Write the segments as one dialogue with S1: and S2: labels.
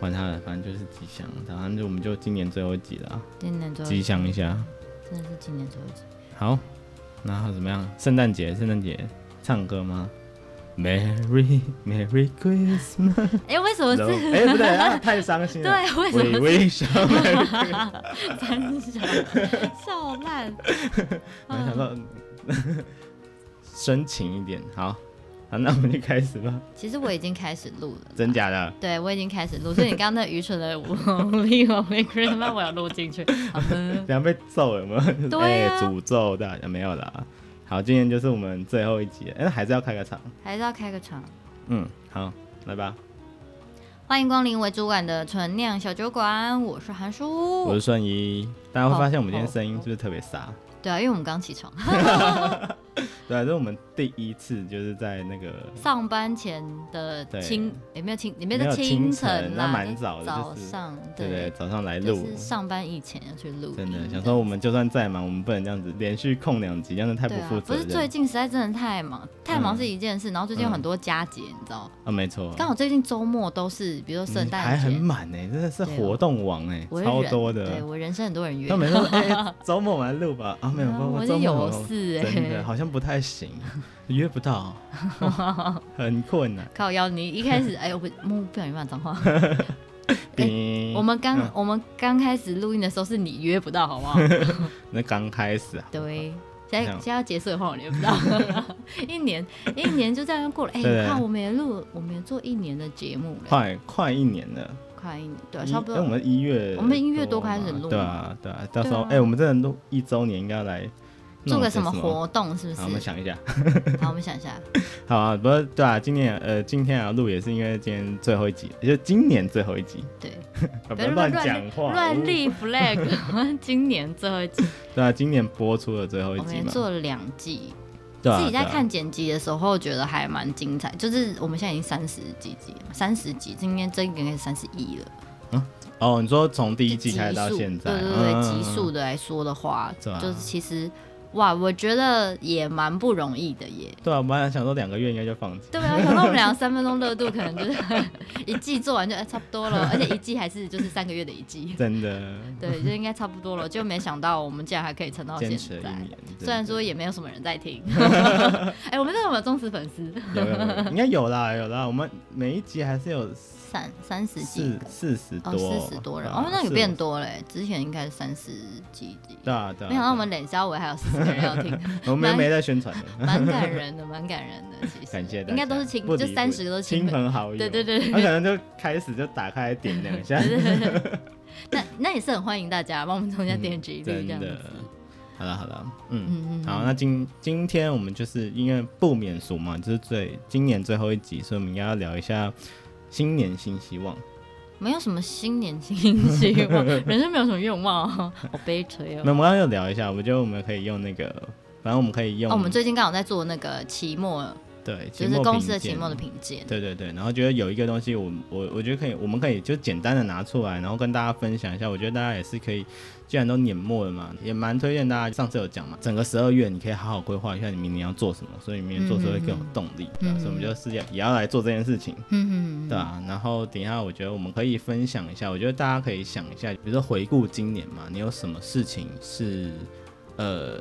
S1: 管它了，反正就是吉祥。然后就我们就今年最后一集了啊，
S2: 今年最后一
S1: 吉
S2: 集
S1: 祥一下。
S2: 真的是今年最后一集。
S1: 好，然后怎么样？圣诞节，圣诞节唱歌吗？Merry Merry Christmas，
S2: 哎、为什么是？
S1: 哎、不对啊，太伤心了。
S2: 对为什么是
S1: We wish you a merry
S2: 三小 笑烂？
S1: 没想到 深情一点。好，好，那我们就开始吧。
S2: 其实我已经开始录了，
S1: 真假的？
S2: 对我已经开始录，所以你刚刚那愚蠢的 我力我没 Christmas 我有录进去。好的，
S1: 等下被揍有没有？
S2: 对啊
S1: 哎诅咒大家没有啦。好，今天就是我们最后一集了，哎、还是要开个场。
S2: 还是要开个场。
S1: 嗯，好，来吧。
S2: 欢迎光临为主管的纯酿小酒馆，我是韩
S1: 我
S2: 叔
S1: 是。顺一，大家会发现我们今天
S2: 哦好
S1: 声音是不是特别沙？
S2: 对啊，因为我们刚起床，
S1: 对啊，这是我们第一次就是在那个
S2: 上班前的
S1: 对
S2: 清也没有清，也没
S1: 没
S2: 有
S1: 有
S2: 清
S1: 清
S2: 晨
S1: 晨
S2: 啦，
S1: 那蛮
S2: 就
S1: 早的
S2: 早
S1: 就是
S2: 上
S1: 对对早上来
S2: 就
S1: 录
S2: 是，嗯上班以前要去录音，
S1: 真的想说我们就算再忙，我们不能这样子连续空两集，这样子太不
S2: 对啊
S1: 负，
S2: 不
S1: 责
S2: 是最
S1: 任。
S2: 近实在真的太忙，太忙
S1: 嗯
S2: 是一件事，然后最近有很多佳节，你知道，
S1: 啊，没错，
S2: 刚好最近周末都是，比如说圣
S1: 你嗯还
S2: 诞
S1: 很
S2: 节，
S1: 满呢、真的是
S2: 对啊
S1: 活动王哎、
S2: 我
S1: 超
S2: 人
S1: 多
S2: 对
S1: 的。
S2: 我人生很多人约
S1: 他，每次说哎，周末我们来录吧啊，没有，
S2: 啊
S1: 我
S2: 我
S1: 周
S2: 是
S1: 末
S2: 有
S1: 我
S2: 事哎
S1: 真的好像不太行，约不 到，哦很困难。
S2: 靠腰，你一 开始哎呦，我不不小心骂脏话，
S1: 叮
S2: 哎我们
S1: 嗯
S2: 刚我们刚开始录音的时候是你约不到，好 不好？
S1: 那刚开始啊，
S2: 对。现在
S1: 这样
S2: 现在要结束的话，我约 不到。一年一年就这样过了。哎、
S1: 对
S2: 你看，我们也录，我们也做一年的节目了，
S1: 快快一年了，
S2: 快一年，对啊，
S1: 一
S2: 差不
S1: 因为嗯哎我
S2: 多。
S1: 们一月，
S2: 我们一月多开始
S1: 嘛
S2: 录
S1: 对啊对啊，到时候
S2: 对啊
S1: 哎，我们真的录一周年应该要来
S2: 做
S1: 弄
S2: 个
S1: 些
S2: 什么
S1: 么
S2: 活动是不是？
S1: 好，我们想一下。
S2: 好，我们想一下。
S1: 好啊，不过对啊，今年呃，今天啊录也是因为今天最后一集，也就今年最后一集，
S2: 对，
S1: 啊不
S2: 不要
S1: 要
S2: 乱
S1: 乱讲话，
S2: 乱立 flag。今 年最后一季，
S1: 对啊，今年播出的最后一
S2: 我们
S1: 集
S2: 也
S1: 嘛，
S2: 做了两季。
S1: 对啊，
S2: 自己在
S1: 对啊
S2: 看剪辑的时候，觉得还蛮精彩。就是我们现在已经三十几集了嘛，三十集，今天这一个应该是三十一了。
S1: 哦，你说从第一季
S2: 集
S1: 开始到
S2: 数
S1: 现在，
S2: 对对对，
S1: 嗯
S2: 集数，的来说的话，
S1: 对啊
S2: 就是其实哇，我觉得也蛮不容易的耶。
S1: 对啊，我本来想说两个月应该就放弃，
S2: 对 啊，想到我们俩三分钟热度，可能就是 一季做完就、哎差不 多了，而且一季还是就是三个月的一季。
S1: 真的
S2: 对，就应该差不多了，就没想到我们竟然还可以撑到
S1: 坚
S2: 现
S1: 持了
S2: 在
S1: 一。年，真的
S2: 虽然说也没有什么人 在听，哎、我们这有没有忠实粉丝？
S1: 有有有，应该有啦有啦，我们每一集还是有
S2: 三三十几
S1: 四
S2: 个，
S1: 四十
S2: 哦，
S1: 多，
S2: 四十多人，
S1: 对啊
S2: 哦，那有
S1: 四
S2: 变多嘞，之前应该是三十几集。
S1: 对啊对啊，
S2: 没想到我们
S1: 对
S2: 冷笑伟还有四十个人要 听，
S1: 啊我们
S2: 蛮
S1: 没在宣 传的，
S2: 蛮感人的，蛮感人的。其实
S1: 感谢大家，
S2: 应该都是亲
S1: 不，
S2: 就
S1: 理
S2: 三
S1: 不
S2: 十个都是
S1: 亲
S2: 亲朋。
S1: 朋好友，
S2: 对对对对
S1: 他可能就开始就打开点两下，
S2: 那那也是很欢迎大家帮我们增加点击率这
S1: 嗯真
S2: 样
S1: 的
S2: 子。。
S1: 好了好了，嗯，
S2: 嗯嗯
S1: 好，那今今天我们就是因为不免俗嘛，就是最今年最后一集，所以我们应该要聊一下新年新希望。
S2: 嗯，没有什么新年新希 望，人生没有什么愿望哦，好悲催哦。
S1: 那我们刚刚有聊一下，我觉得我们可以用那个，反正我们可以用，
S2: 哦，我们最近刚好在做那个期末，
S1: 对，期
S2: 就是
S1: 末
S2: 公司的
S1: 评
S2: 期
S1: 鉴
S2: 末的评鉴。
S1: 对对对，然后觉得有一个东西我，我我觉得可以，我们可以就简单的拿出来，然后跟大家分享一下。我觉得大家也是可以，既然都年末了嘛，也蛮推荐大家。上次有讲嘛，整个十二月你可以好好规划一下你明年要做什么，所以明年做事会更有动力。对啊所以我们就试着也要来做这件事情，
S2: 嗯嗯
S1: 对啊。然后等一下，我觉得我们可以分享一下，我觉得大家可以想一下，比如说回顾今年嘛，你有什么事情是呃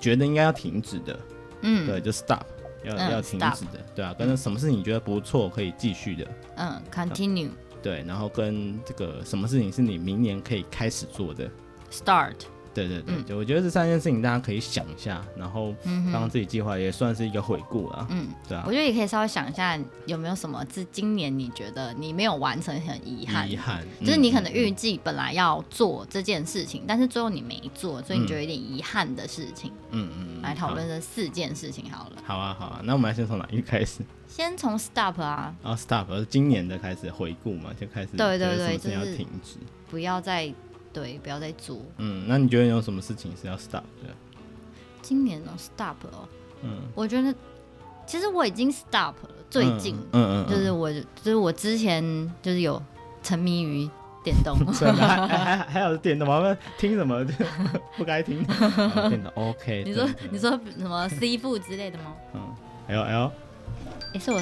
S1: 觉得应该要停止的，
S2: 嗯
S1: 对，就 stop。要
S2: 嗯
S1: 要停
S2: stop
S1: 止的，对啊，跟什么事情你觉得不错可以继续的，
S2: 嗯，continue
S1: 对，然后跟这个什么事情是你明年可以开始做的，
S2: start。
S1: 对对对，
S2: 嗯
S1: 就我觉得这三件事情大家可以想一下，然后帮自己计划也算是一个回顾啦，嗯，对啊
S2: 我，觉得也可以稍微想一下，有没有什么是今年你觉得你没有完成很遗憾
S1: 遗？憾
S2: 就是你可
S1: 嗯
S2: 能预计本来要做这件事情，但是最后你没做，所以你觉得有点遗憾的事情。
S1: 嗯嗯嗯
S2: 来讨论这四件事情好了，
S1: 好啊好啊，那我们来先从哪一个开始？
S2: 先从 stop 啊，
S1: 然后 stop，呃今年的开始回顾嘛，就开始
S2: 对对
S1: 觉得什
S2: 对
S1: 么事情要
S2: 就是
S1: 停止，
S2: 不要再对，不要再做。
S1: 嗯，那你觉得有什么事情是要 stop 的？
S2: 今年呢 stop 哦，
S1: 嗯，
S2: 我觉得其实我已经 stop 了，最近、
S1: 嗯嗯嗯，
S2: 就是我就是我之前就是有沉迷于电 动，
S1: 真的还还还还有电动吗？我们听什么不该听的？啊电动 OK，
S2: 你说
S1: 对对哎
S2: 你说什么 C 副之类的吗？
S1: 嗯，L L。
S2: 也、是我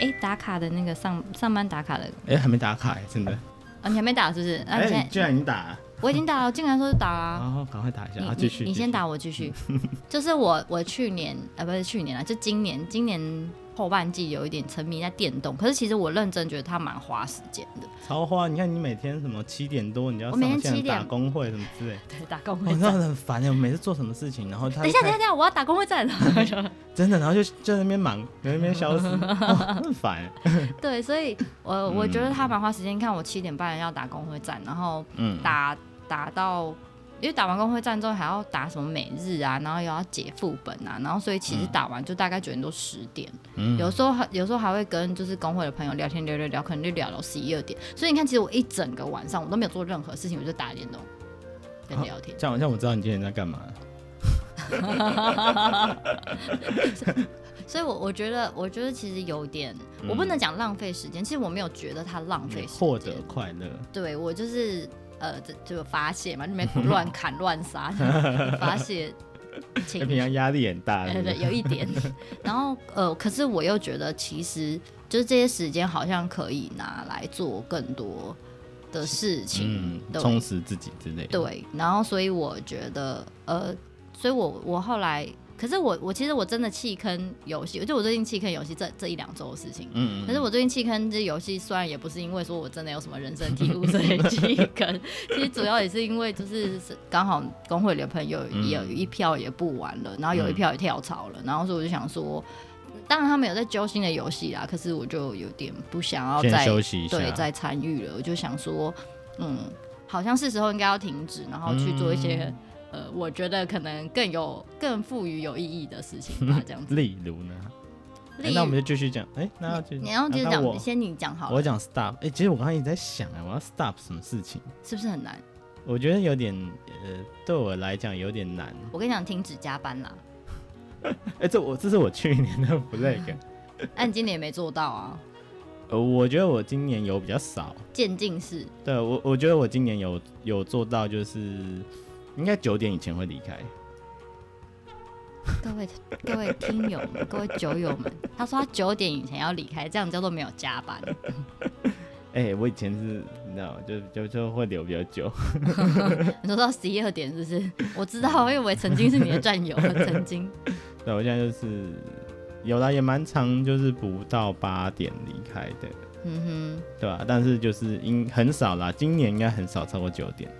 S2: 哎打卡的那个上上班打卡的，
S1: 哎、还没打卡、欸，真的。
S2: 啊，你还没打是不是？那、
S1: 哎、
S2: 你现
S1: 你
S2: 在
S1: 居然已经打了，
S2: 我已经打了，我竟然说是打啊。
S1: 然后赶快打一下，
S2: 你
S1: 啊，继
S2: 你
S1: 续。
S2: 你
S1: 继
S2: 先
S1: 续。
S2: 打，我 继续。就是我我去年呃不是去年啊，就今年今年后半季有一点沉迷在电动，可是其实我认真觉得它蛮花时间的。
S1: 超花，你看你每天什么七点多你就要
S2: 我每天
S1: 上线
S2: 7点
S1: 打工会什么之类 的，
S2: 对，打工
S1: 我、
S2: 会
S1: 你知道
S2: 战。
S1: 很烦欸的，我每次做什么事情，然哦后他
S2: 等一下，
S1: 他
S2: 等一下，等一下，我要打工 会 战。
S1: 真的，然后就就在那边 忙，在那边消失，哦很烦。
S2: 对，所以我
S1: 嗯
S2: 我觉得它蛮花时间。你看我七点半要打工会战，然后
S1: 嗯，
S2: 打打到，因为打完工会战之后还要打什么每日啊，然后又要解副本啊，然后所以其实打完就大概九点多十点，
S1: 嗯
S2: 有时候还有时候还会跟就是工会的朋友聊天聊聊聊，可能就聊到十一二点。所以你看，其实我一整个晚上我都没有做任何事情，我就打电动
S1: 啊
S2: 跟聊天。
S1: 这样这样我知道你今天在干嘛了。
S2: 所以我我觉得我觉得其实有点，我不能讲浪费时间，其实我没有觉得它浪费
S1: 你
S2: 时
S1: 嗯
S2: 间，
S1: 获得快乐，
S2: 对我就是呃，这就发泄嘛，那边乱砍乱杀， 发 泄情
S1: 那哎平
S2: 绪。
S1: 常压力很大，
S2: 对
S1: 是
S2: 对
S1: 不
S2: 对，
S1: 是
S2: 有一点。 然后呃，可是我又觉得，其实就是这些时间好像可以拿来做更多的事情
S1: 嗯，，
S2: 对
S1: 充实自己之类的。，
S2: 对。然后所以我觉得呃，所以我我后来，可是我我其实我真的弃坑游戏，就我最近弃坑游戏这这一两周的事情，
S1: 嗯
S2: 可是我最近弃坑这游戏，虽然也不是因为说我真的有什么人生体悟所以弃坑，其实主要也是因为就是是刚好工会里的朋友
S1: 嗯
S2: 也有一票也不玩了，然后有一
S1: 嗯
S2: 票也跳槽了，然后所以我就想说，当然他们有在揪新的游戏啦，可是我就有点不想要
S1: 先
S2: 再
S1: 休息一下。
S2: 对再参与了，我就想说，嗯，好像是时候应该要停止，然后去做一些。
S1: 嗯
S2: 呃，我觉得可能更有、更富于有意义的事情吧，这样子。
S1: 例如呢？哎
S2: 例
S1: 那我
S2: 如
S1: 们就继续讲。哎，那要继续
S2: 你要接着
S1: 那
S2: 讲，
S1: 我
S2: 先你讲好
S1: 我
S2: 了，
S1: 讲 stop。哎，其实我刚刚一直在想，哎，我要 stop 什么事情？
S2: 是不是很难？
S1: 我觉得有点，呃，对我来讲有点难。
S2: 我跟你讲，停止加 班啦。
S1: 哎，这我这是我去年的 flag。
S2: 那、你今年也没做到啊，
S1: 呃，我觉得我今年有比较少。
S2: 渐进式。
S1: 对我，我觉得我今年有有做到，就是应该九点以前会离开。
S2: 各位各位听友们，各位酒友们，他说他九点以前要离开，这样叫做没有加班。
S1: 哎、我以前是，你知道，就就就会留比较久。
S2: 你说到十一二点是不是？我知道，因为我也曾经是你的战友，曾经。
S1: 对，我现在就是有啦，也蛮长，就是不到八点离开的，
S2: 嗯
S1: 对吧、但是就是应很少啦，今年应该很少超过九点，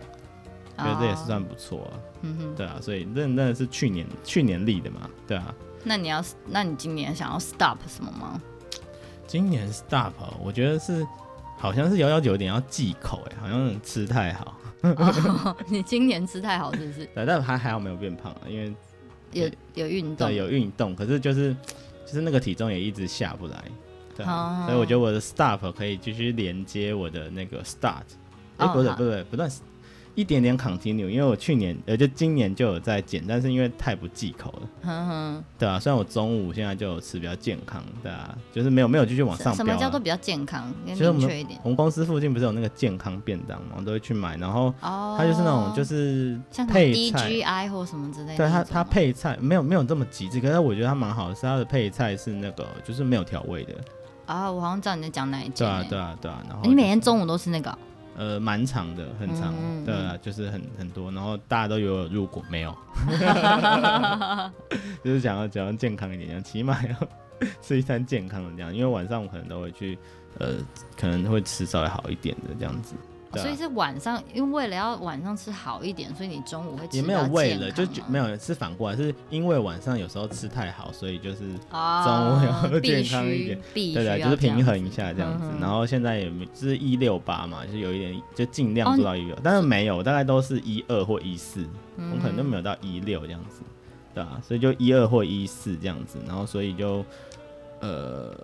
S2: 哼，
S1: 觉得这也是
S2: 哦。
S1: 算不错啊，
S2: 嗯哼，
S1: 对啊，所以那真的是去年去年立的嘛，对啊，
S2: 那你要，那你今年想要 stop 什么 吗？
S1: 今年 stop，哦我觉得是好像是幺幺九点要忌口、哎，好像吃太好，
S2: 哦、你今年吃太好是不是？
S1: 对，但还还好没有变胖啊，因为
S2: 有有运动
S1: 对，有运动，可是就是就是那个体重也一直下不来，对啊、
S2: 哦
S1: 所以我觉得我的 stop 可以继续连接我的那个 start，哎、
S2: 哦
S1: 不是
S2: 好
S1: 不是不断一点点 continue，因为我去年呃就今年就有在减，但是因为太不忌口了，
S2: 哼嗯哼，
S1: 对啊，虽然我中午现在就有吃比较健康，对啊，就是没有没有继续往上
S2: 什什
S1: 飙、啊。
S2: 么叫做比较健康？你
S1: 其实我
S2: 明
S1: 们
S2: 确一点。
S1: 我们公司附近不是有那个健康便当嘛，我都会去买，然后
S2: 哦，
S1: 它就是那种就是
S2: 像什么
S1: 配菜。
S2: DGI 或什么之类的
S1: 对它，
S2: 那种
S1: 它
S2: 吗
S1: 配菜没有没有这么极致，可是我觉得它蛮好的，是它的配菜是那个就是没有调味的，
S2: 啊，我好像知道你在讲哪一
S1: 对
S2: 件、
S1: 啊
S2: 欸
S1: 对啊对啊，然后
S2: 你每天
S1: 就是
S2: 中午都吃那个哦、
S1: 呃蛮长的，很长，
S2: 嗯嗯
S1: 对啊，就是很很多，然后大家都有入果没有， 就是想要想要健康一点，起码要吃一餐健康的这样，因为晚上我可能都会去呃可能会吃稍微好一点的这样子，对啊
S2: 哦所以是晚上，因为为了要晚上吃好一点，所以你中午会吃
S1: 也没有
S2: 比较
S1: 为
S2: 健
S1: 了
S2: 康啊
S1: 就
S2: 吗
S1: 觉没有是反过来是因为晚上有时候吃太好，所以就是
S2: 啊，
S1: 中午要
S2: 必
S1: 健康一
S2: 须
S1: 点
S2: 必须
S1: 对对，
S2: 要
S1: 就是
S2: 这样
S1: 平衡
S2: 子
S1: 一下这样子。
S2: 嗯
S1: 然后现在也没，就是一六八嘛，就是有一点，就尽量
S2: 哦
S1: 做到一六、但是没有，大概都是一二或一四、
S2: 嗯
S1: 我可能都没有到一六这样子，对啊，所以就一二或一四这样子，然后所以就呃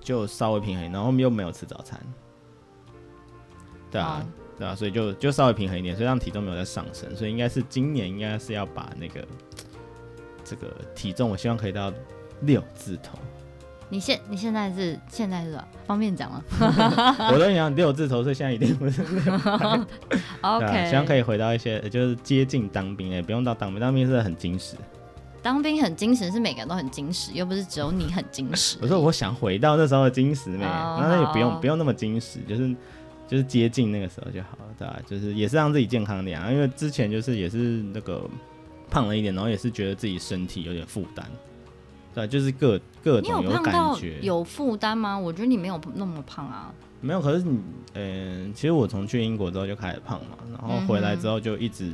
S1: 就稍微平衡，然后又没有吃早餐，对啊。
S2: 哦
S1: 对啊，所以就就稍微平衡一点，所以让体重没有在上升，所以应该是今年应该是要把那个这个体重，我希望可以到六字头，
S2: 你现你现在是现在是多少方便讲吗
S1: 我都想六字头，所以现在一定不是对啊
S2: ？OK，
S1: 啊希望可
S2: 以。
S1: 以回到一些呃就是接近当兵哎、不用到当兵，当兵是很矜持。
S2: 当兵很矜持，是每个人都很矜持，又不是只有你很矜 持。
S1: 我说我想回到那时候的金石妹，
S2: 哦
S1: 那也不用
S2: 好
S1: 不用那么金石，就是就是接近那个时候就好了，对吧、啊就是也是让自己健康点啊，因为之前就是也是那个胖了一点，然后也是觉得自己身体有点负担，对、啊，就是各各
S2: 你
S1: 种
S2: 胖
S1: 感
S2: 到
S1: 觉，
S2: 有负担吗？我觉得你没有那么胖啊。
S1: 没有？可是你，嗯、其实我从去英国之后就开始胖嘛，然后回来之后就一直。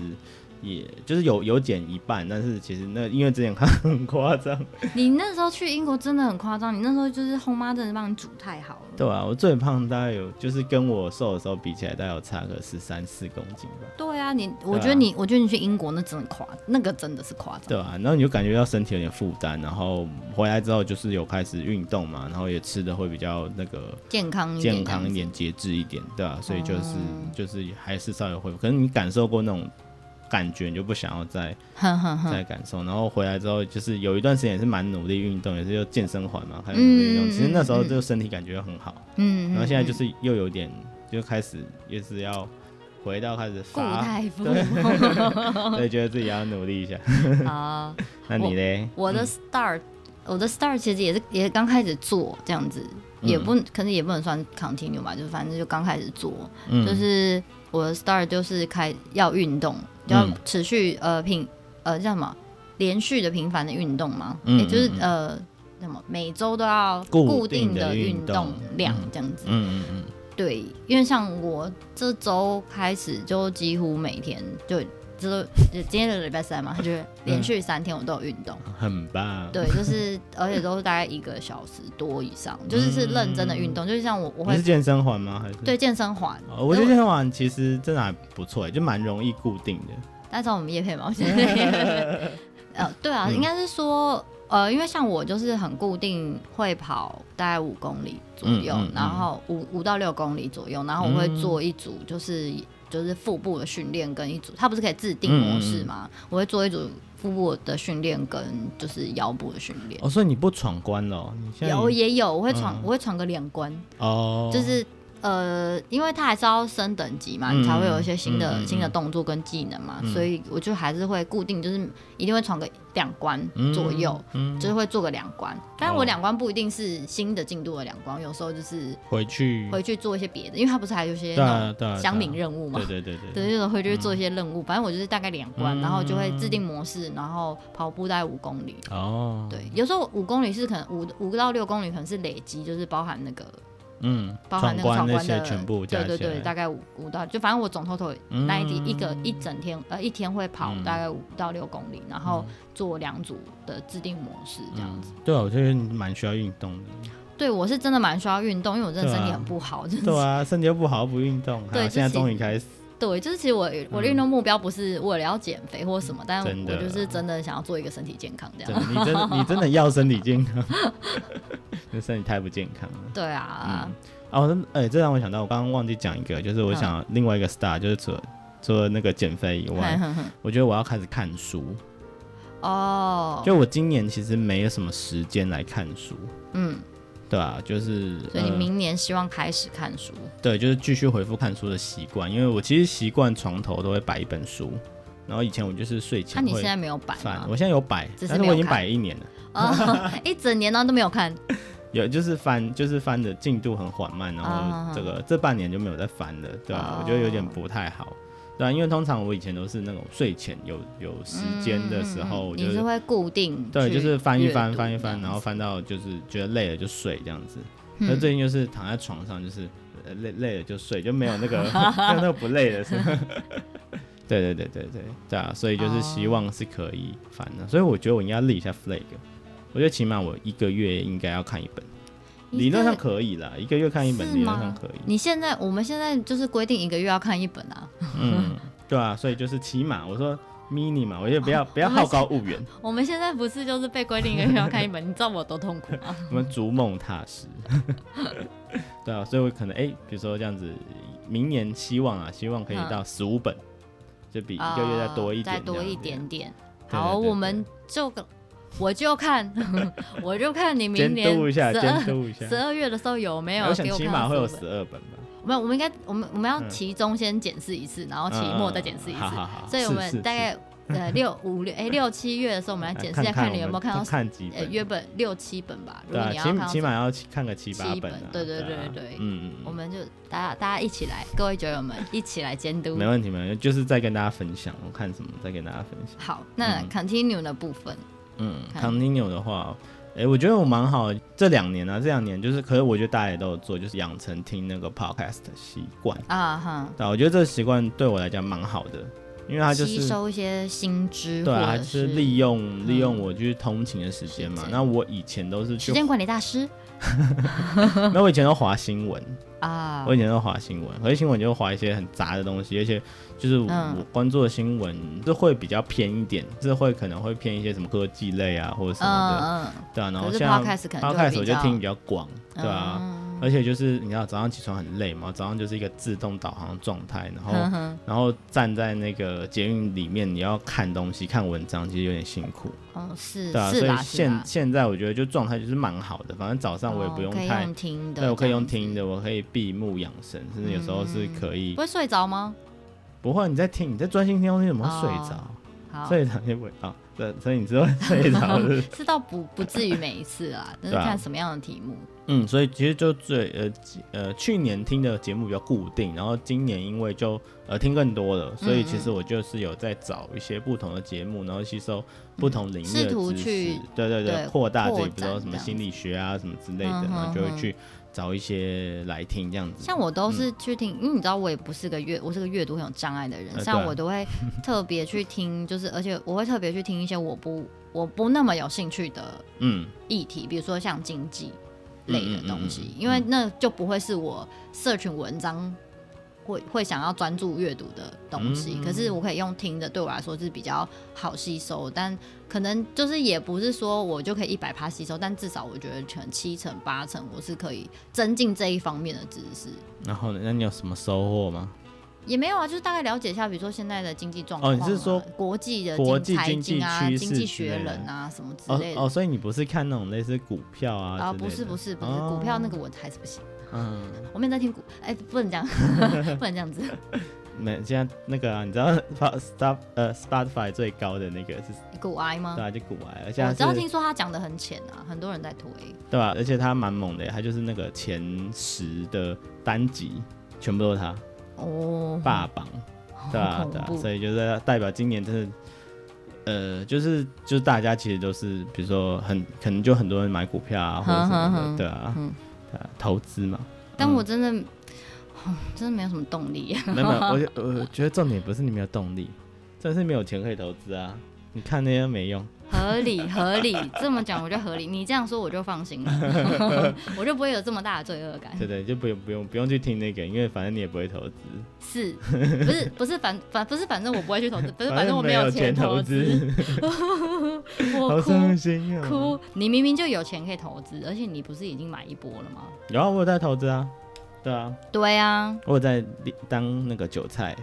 S1: 也就是有有减一半，但是其实那因为之前看很夸张，
S2: 你那时候去英国真的很夸张，你那时候就是后妈真的帮你煮太好了。
S1: 对啊，我最胖大概有就是跟我瘦的时候比起来，大概有差个十三四公斤吧。
S2: 对啊，你我觉得你，我觉得你去英国那真的夸，那个真的是夸张。
S1: 对啊，然后你就感觉到身体有点负担，然后回来之后就是有开始运动嘛，然后也吃的会比较那个
S2: 健康一点，
S1: 健康一。点、节制一点，对啊，所以就是、
S2: 哦
S1: 就是还是稍微恢复，可是你感受过那种感觉，你就不想要再
S2: 哼哼哼，
S1: 再感受。然后回来之后，就是有一段时间也是蛮努力运动，也是就健身环嘛，开始努力运动。
S2: 嗯
S1: 其实那时候
S2: 嗯嗯
S1: 就身体感觉很好，
S2: 嗯。
S1: 然后现在就是又有点就开始也是要回到开始
S2: 顾
S1: 发，
S2: 太傅
S1: 所以觉得自己要努力一下。
S2: 啊，
S1: 那你嘞？
S2: 我的 start，我的 start 其实也是也刚开始做这样子，
S1: 嗯
S2: 也不可能也不能算 continue 吧，就反正就刚开始做，
S1: 嗯
S2: 就是我的 start 就是开要运动，要
S1: 嗯
S2: 持续呃频呃叫什么连续的频繁的运动嘛，
S1: 嗯
S2: 也就是
S1: 嗯嗯
S2: 呃什么每周都要
S1: 固
S2: 固定
S1: 定的
S2: 的
S1: 运
S2: 运动
S1: 动
S2: 量
S1: 嗯
S2: 这样子，
S1: 嗯嗯
S2: 对，因为像我这周开始就几乎每天就这周今天的礼拜三嘛，就是连续三天我都有运动。
S1: 嗯，很棒。
S2: 对，就是而且都是大概一个小时多以上，就是是认真的运动，就是像我我
S1: 嗯你
S2: 会
S1: 是健身环吗？还是？
S2: 对健身环
S1: 哦。我觉得健身环其实真的还不错，欸就蛮容易固定的。
S2: 但是我们叶配嘛，我觉 得呃对
S1: 嗯
S2: 啊，应该是说呃，因为像我就是很固定会跑大概五公里左右，
S1: 嗯嗯嗯嗯
S2: 然后五五到六公里左右，然后我会做一组就是、就是腹部的训练跟一组，它不是可以自定
S1: 嗯
S2: 模式吗？我会做一组腹部的训练跟就是腰部的训练。
S1: 哦，所以你不闯关了哦？你现在
S2: 有也有，我会闯，
S1: 嗯
S2: 我会闯个两关，
S1: 哦，
S2: 就是呃，因为它还是要升等级嘛，
S1: 嗯
S2: 你才会有一些新的、
S1: 嗯嗯
S2: 新的动作跟技能嘛，
S1: 嗯
S2: 所以我就还是会固定，就是一定会闯个两关
S1: 嗯
S2: 左右，，
S1: 嗯
S2: 就是会做个两关。但
S1: 哦
S2: 我两关不一定是新的进度的两关，有时候就是
S1: 回去
S2: 回去做一些别的，因为它不是还有一
S1: 嗯对
S2: 些那
S1: 啊对啊
S2: 种乡民
S1: 对啊
S2: 任务嘛。
S1: 对嗯对对对
S2: 对，就是回去做一些任务，反正我就是大概两关，然后就会制定模式，然后跑步大概五公里，
S1: 哦，
S2: 对，有时候五公里是可能五五到六公里，可能是累积，就是包含那个
S1: 嗯，
S2: 包含那个
S1: 关
S2: 闯
S1: 那
S2: 关
S1: 些
S2: 的
S1: 全部加
S2: 对对
S1: 起
S2: 对，
S1: 来，
S2: 大概五五到就反正我总 total
S1: 嗯
S2: 那一天一个一整天呃一天会跑大概五到六公
S1: 嗯
S2: 里，然后做两组的制定模式这样子。
S1: 对啊，我觉得你蛮需要运动 的。
S2: 对我是真的蛮需要运动，因为我真的身体很不好，真
S1: 嗯对
S2: 的是
S1: 啊，身体又不好不运动，
S2: 对
S1: 好
S2: 就
S1: 现在
S2: 其
S1: 终于开始，
S2: 对，就是其实我我的运动目标不是为了要减肥或什么，但
S1: 真
S2: 我
S1: 的
S2: 就是真的想要做一个身体健康这
S1: 真的
S2: 样。
S1: 你真 的你真的要身体健康， 你身体太不健康了。
S2: 对啊，
S1: 哦，那哎、这让我想到，我刚刚忘记讲一个，就是
S2: 嗯
S1: 我想另外一个 star，、就是除了除了那个减肥 以外，
S2: 嗯
S1: 我觉得我要开始看书。
S2: 哦，
S1: 就我今年其实没有什么时间来看书，
S2: 嗯，
S1: 对啊，就是
S2: 所以你
S1: 呃
S2: 明年希望开始看书，
S1: 对，就是继续回复看书的习惯，因为我其实习惯床头都会摆一本书，然后以前我就是睡
S2: 那、
S1: 前
S2: 你
S1: 会
S2: 现在没有摆
S1: 翻，
S2: 吗？
S1: 我现在有摆，
S2: 只是
S1: 但是
S2: 没
S1: 我已
S2: 有
S1: 经
S2: 看
S1: 摆一年了。
S2: 啊，一整年呢都没有看，
S1: 有就是翻，就是翻的进度很缓慢，然
S2: 啊
S1: 后这个、这半年就没有再翻了，对吧、
S2: 哦
S1: 我觉得有点不太好，对、啊，因为通常我以前都是那种睡前有有时间的时候，我就
S2: 嗯你是会固定
S1: 对，
S2: 去
S1: 就是翻一
S2: 阅
S1: 翻
S2: 读
S1: 翻一
S2: 这样
S1: 翻，然后翻到就是觉得累了就睡这样子。
S2: 嗯
S1: 那、最近就是躺在床上，就是呃累累了就睡，就没有那个没有那个不累的是吗。对 对对对对对啊，所以就是
S2: 哦
S1: 希望是可以翻的，所以我觉得我应该立一下 flag，我觉得起码我一个月应该要看一本，
S2: 一
S1: 理论
S2: 个
S1: 上可以啦，一个月看一本
S2: 是
S1: 理论上
S2: 吗
S1: 可以，
S2: 你现在我们现在就是规定一个月要看一本啊，
S1: 嗯，对啊，所以就是起码我说 mini 嘛，我也不要不要好高骛远，
S2: 哦我们现在不是就是被规定一个月要看一本，你知道我多痛苦吗？
S1: 我们逐梦踏实。 对啊，所以我可能哎、比如说这样子，明年希望啊，希望可以到十五本，就 比一
S2: 啊
S1: 个月再多一点、
S2: 嗯再多一点。点。
S1: 对
S2: 好，
S1: 对对
S2: 我们就我就看， 我就看你明
S1: 监
S2: 年
S1: 督一下，
S2: 十
S1: 监
S2: 二
S1: 督一下
S2: 十。二月的时候有没有
S1: 我想
S2: 给我
S1: 起
S2: 看
S1: 码
S2: 到
S1: 会有
S2: 书
S1: 十
S2: 本？
S1: 二本吧，
S2: 没有，我们应该我们我们要
S1: 嗯
S2: 哦期中先检视一次，然后期末再检视一
S1: 嗯嗯嗯好
S2: 次。
S1: 好好，
S2: 所以我
S1: 是是
S2: 们大
S1: 是
S2: 概呃，六五六哎六七月的时候，我们来检视一下，
S1: 看
S2: 看你有没有
S1: 看
S2: 看
S1: 我们
S2: 到
S1: 看几
S2: 呃
S1: 本，
S2: 约本六七本吧。如
S1: 对
S2: 果
S1: 啊，
S2: 你要看
S1: 起
S2: 到
S1: 起码要看个七八
S2: 七
S1: 啊，
S2: 本对对
S1: 啊
S2: 对对
S1: 嗯
S2: 我
S1: 嗯
S2: 们就大家大家一起来，各位酒友们一起来监督
S1: 嗯，没。问题没问题，就是在跟大家分享，我看什么再跟大家分享。
S2: 好，那 continue 的部分，
S1: 嗯
S2: 看
S1: ，continue 的话，哎、我觉得我蛮好。这两年啊，这两年就是，可是我觉得大家也都有做，就是养成听那个 podcast 的习惯。
S2: 啊哈，
S1: 对啊，我觉得这个习惯对我来讲蛮好的，因为它就
S2: 吸
S1: 是
S2: 收一些新知，
S1: 对啊，它
S2: 或
S1: 就
S2: 者
S1: 是
S2: 是嗯
S1: 利用利用我去通勤的时间嘛
S2: 时。间
S1: 那我以前都是
S2: 时
S1: 去，
S2: 间管理大师
S1: 那我以前都划新闻，
S2: 啊
S1: 我以前都划新闻，可是新闻就划一些很杂的东西，而且就是我
S2: 嗯
S1: 我关注的新闻是会比较偏一点，是会可能会偏一些什么科技类啊或者什么的。
S2: 嗯嗯，
S1: 对啊，然后
S2: 可是
S1: 像
S2: podcast 可能就会
S1: podcast
S2: 比
S1: 我就
S2: 较
S1: 听比较广，对啊，
S2: 嗯
S1: 而且就是你知道早上起床很累嘛，早上就是一个自动导航的状态，然后、
S2: 哼哼
S1: 然后站在那个捷运里面，你要看东西、看文章，其实有点辛苦，
S2: 哦是
S1: 对啊，
S2: 是
S1: 所以
S2: 啦是
S1: 现
S2: 啦，
S1: 现在我觉得就状态就是蛮好的，反正早上我也
S2: 哦
S1: 不用
S2: 可以
S1: 太，
S2: 用听的，
S1: 对我可以用
S2: 这样子嗯
S1: 听。的，我可以闭目养神，甚至有时候是可以，
S2: 不会睡着吗？
S1: 不会你在听，你在专心听东西，怎么会睡着？
S2: 哦好，
S1: 睡着也不会啊，对，所以你知道睡着是不是
S2: 是倒不不至于每一次啦，但是
S1: 对啊
S2: 看什么样的题目。
S1: 嗯，所以其实就最呃几呃去年听的节目比较固定，然后今年因为就呃听更多了，所以其实我就是有在找一些不同的节目，然后吸收不同领域的
S2: 试图
S1: 知识，
S2: 去
S1: 对对
S2: 对
S1: 扩大自己
S2: 扩
S1: 比如说
S2: 展
S1: 什么
S2: 这样
S1: 心理学啊什么之类的，
S2: 嗯哼
S1: 然后就会
S2: 哼
S1: 去找一些来听这样子。
S2: 像我都是
S1: 嗯
S2: 去听，因为你知道我也不是个阅，我是个阅读很有障碍的人，
S1: 呃
S2: 像
S1: 对
S2: 我 都会特别去听，就是而且我会特别去听一些我不我不那么有兴趣的
S1: 嗯
S2: 议题，比如说像经济类的东西，
S1: 嗯嗯嗯嗯
S2: 因为那就不会是我社群文章。会会想要专注阅读的东西，
S1: 嗯
S2: 可是我可以用听的，对我来说是比较好吸收，但可能就是也不是说我就可以一百趴吸收，但至少我觉得可能七成八成我是可以增进这一方面的知识。
S1: 然后呢，那你有什么收获吗？
S2: 也没有啊，就是大概了解一下，比如说现在的经济状况、啊。
S1: 哦你是说
S2: 国际的
S1: 国
S2: 经
S1: 际
S2: 财
S1: 经济
S2: 经啊、
S1: 趋势
S2: 经济
S1: 之类
S2: 学
S1: 的
S2: 人啊什么之
S1: 哦
S2: 类的？
S1: 哦，所以你不是看那种类似股票啊
S2: 啊，
S1: 之
S2: 不
S1: 类
S2: 是
S1: 的
S2: 不是不是，
S1: 哦
S2: 股票那个我还是不行，
S1: 嗯。
S2: 我没有在听股， 哎、不能这样，不能这样子。
S1: 没，现在那个啊，你知道 Spot 呃 Spotify 最高的那个是
S2: 股癌吗
S1: 对？啊，就古癌，而且
S2: 我
S1: 它
S2: 知道
S1: 是
S2: 听说他讲的很浅啊，很多人在推。
S1: 对吧、而且它蛮猛的，它就是那个前十的单集全部都是它
S2: 哦，
S1: 霸榜，对吧、
S2: 嗯好恐
S1: 对吧、
S2: 怖
S1: 所以就是代表今年真的，呃，就是就是大家其实都是，比如说很可能就很多人买股票啊，或者什么的，
S2: 哼哼哼
S1: 对啊
S2: 嗯，
S1: 对啊，投资嘛，
S2: 但
S1: 嗯
S2: 我真的、 真的没有什么动力。
S1: 没有，没有我觉我觉得重点不是你没有动力，真的是没有钱可以投资啊，你看那些没用。
S2: 合理合理，这么讲我就合理，你这样说我就放心了， 我就不会有这么大的罪恶感。
S1: 对对，就不用不用不用去听那个，因为反正你也不会投资，
S2: 是，不是不是反反不是反正我不会去投 资，不是反正我
S1: 没
S2: 没有
S1: 钱
S2: 钱投资，
S1: 资，好
S2: 我哭
S1: 伤心啊！
S2: 哭，你明明就有钱可以投资，而且你不是已经买一波了吗？
S1: 然后我有在投资啊，对啊，
S2: 对啊，
S1: 我有在当那个韭菜，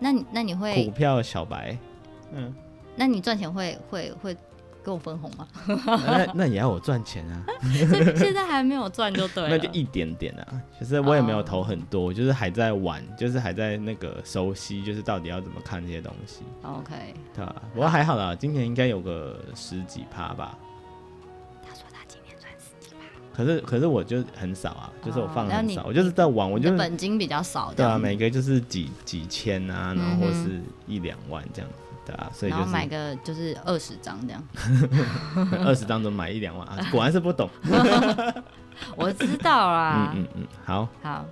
S2: 那你那你会
S1: 股票小 白，嗯，
S2: 那你赚钱会会会给我 分红吗？
S1: 那那也要我赚钱啊，
S2: 现现在还没有赚就 对了，哦
S1: 那就一点点啊，其实我也没有投很多，我就是还在玩，就是还在那个熟悉，就是到底要怎么看这些东西，
S2: OK。
S1: 对吧、不过还好啦，今年应该有个十几趴吧。
S2: 他说他今年赚十几趴，
S1: 可是可是我就很少啊，就是我放
S2: 哦那
S1: 很
S2: 你
S1: 少，我就是在玩，我
S2: 你
S1: 就
S2: 的
S1: 是
S2: 本金比较少，
S1: 嗯对
S2: 这
S1: 啊，
S2: 样子
S1: 每个就是几几千啊，然后或
S2: 嗯哼
S1: 是一两万这样子，对啊，所以就
S2: 然后买
S1: 是
S2: 个就是二十张这样。
S1: 二十当中买一两万啊，果然是不懂。
S2: 我知道
S1: 嗯
S2: 啦，
S1: 嗯嗯，好
S2: 好，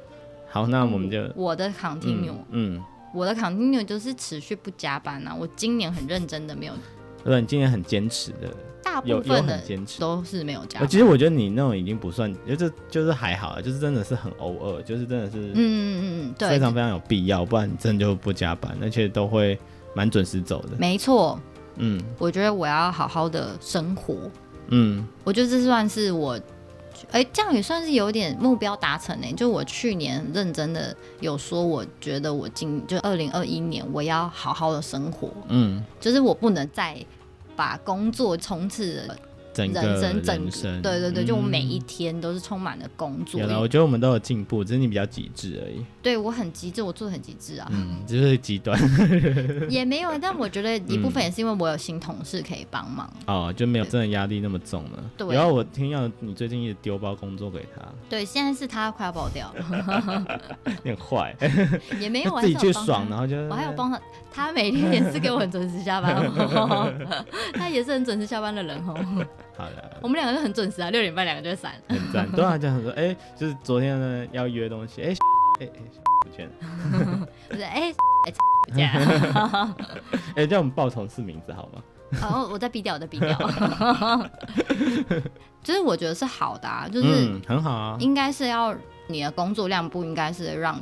S1: 好，那我们就
S2: 我的 continue，、
S1: 嗯嗯，
S2: 我的 continue 就是持续不加班啊。我今年很认真的没有，
S1: 对，你今年很坚持的，
S2: 大
S1: 有
S2: 部
S1: 有
S2: 分
S1: 很
S2: 的
S1: 坚持。
S2: 都是没有加
S1: 我
S2: 班。
S1: 其实我觉得你那种已经不算，就是就是还好啊，就是真的是很偶尔，就是真的是
S2: 嗯嗯嗯，
S1: 非
S2: 对，
S1: 常非常有必要，不然你真的就不加班，而且都会蛮准时走的。
S2: 没错。
S1: 嗯
S2: 我觉得我要好好的生活，
S1: 嗯
S2: 我觉得这算是我，哎、这样也算是有点目标达成呢、欸就我去年很认真的有说，我觉得我今就二零二一年我要好好的生活，
S1: 嗯，
S2: 就是我不能再把工作冲刺的
S1: 整个
S2: 人生整
S1: 人
S2: 个，
S1: 生
S2: 对对对，就我每一
S1: 嗯
S2: 天都是充满了工作
S1: 有。了，我觉得我们都有进步，只是你比较极致而已。
S2: 对我很极致，我做的很极致啊，
S1: 嗯，就是极端
S2: 也没有，但我觉得一部
S1: 嗯
S2: 分也是因为我有新同事可以帮忙。
S1: 哦，就没有真的压力那么重了。
S2: 对
S1: 然后我听到你最近一直丢包工作给他，
S2: 对，现在是他快要爆 掉了，
S1: 你很坏，
S2: 也没有 啊
S1: 自己去。
S2: 还是有帮
S1: 爽，
S2: 他
S1: 然后就
S2: 我还有帮他，他每天也是给我很准时 下班哦，他也是很准时下班的人哦。
S1: 好了。
S2: 我们两个就很准时啊，六点半两个就会散。
S1: 很 赞，对啊，这样说，哎、就是昨天呢要约东西，哎、
S2: 嗯
S1: 哎哎、不见了，
S2: 我说哎哎不 见了，
S1: 哎、叫我们报同事名字好吗？
S2: 然哦后我再逼掉，我再 逼掉。就是我觉得是好的啊，就是
S1: 嗯，很好啊，
S2: 应该是要你的工作量不应该是让